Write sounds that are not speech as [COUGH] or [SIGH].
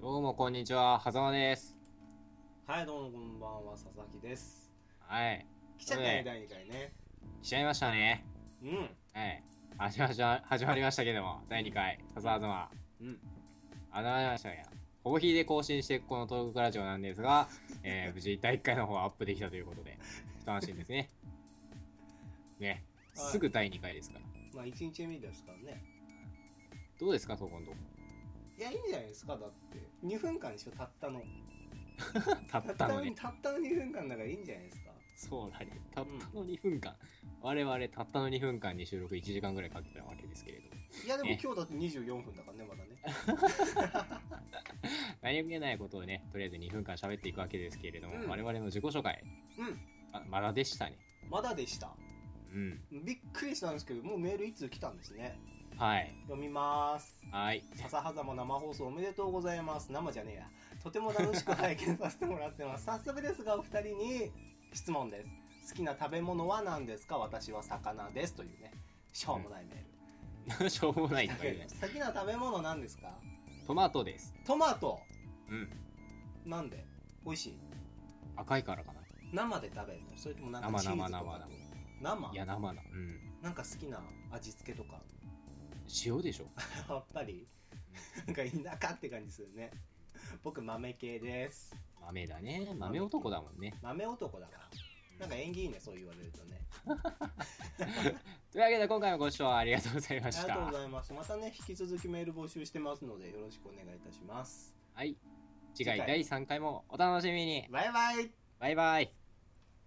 こんにちは、はざまです。はい、どうもこんばんは、佐々木です。はい。来ちゃったね、第2回ね。来ちゃいましたね。うん。はい。始ま始ま始まりましたけども、第2回、笹はざま。うん。あざまりましたね。ほぼひで更新していくこのトークラジオなんですが、え [LAUGHS] ー、無事第1回の方はアップできたということで、一安心です [LAUGHS] ね。ね。はいすぐ第2回ですから。まあ、1日目ですからね。どうですか、そこのとこ。いや、いいんじゃないですか、だって。2分間でしょ、たったの。たったのに。たったの2分間だからいいんじゃないですか。そうだね。たったの2分間。我々、たったの2分間に収録1時間ぐらいかけたわけですけれど。いや、でもね今日だって24分だからね、まだね。何も見えないことをね、とりあえず2分間喋っていくわけですけれども、うん我々の自己紹介、うあまだでしたね。ん。まだでした。うん。びっくりしたんですけど、もうメール1通来たんですね。はい。読みます。はい。 [LAUGHS] 笹はざま生放送おめでとうございます。生じゃねえや。とても楽しく拝見させてもらっ [LAUGHS] てます。早速ですが、お二人に質問です。好きな食べ物は何ですか私は魚です。というね、しょうもないメール。しょうもないとか [LAUGHS] 言うね。好きな食べ物なんですかトマトです。トマトうん。なんで美味しい赤いからかな。生生で食べるのそれともなんかチーズ生と生か生と生いや、生だ。うん。なんか好きな味付けと [LAUGHS] か塩でしょ。やっぱりなんか田舎って感じするね僕豆系です豆だね。豆男だもんね。豆男だからなんか縁起いいねそう言われるとねというわけで、今回もご視聴ありがとうございあまりしがとうごた。ざいますまたね引き続きメール募集してますのでよろしくお願いいたしますはい。次次回回第3回もお楽しみに。バイバイバイバイ。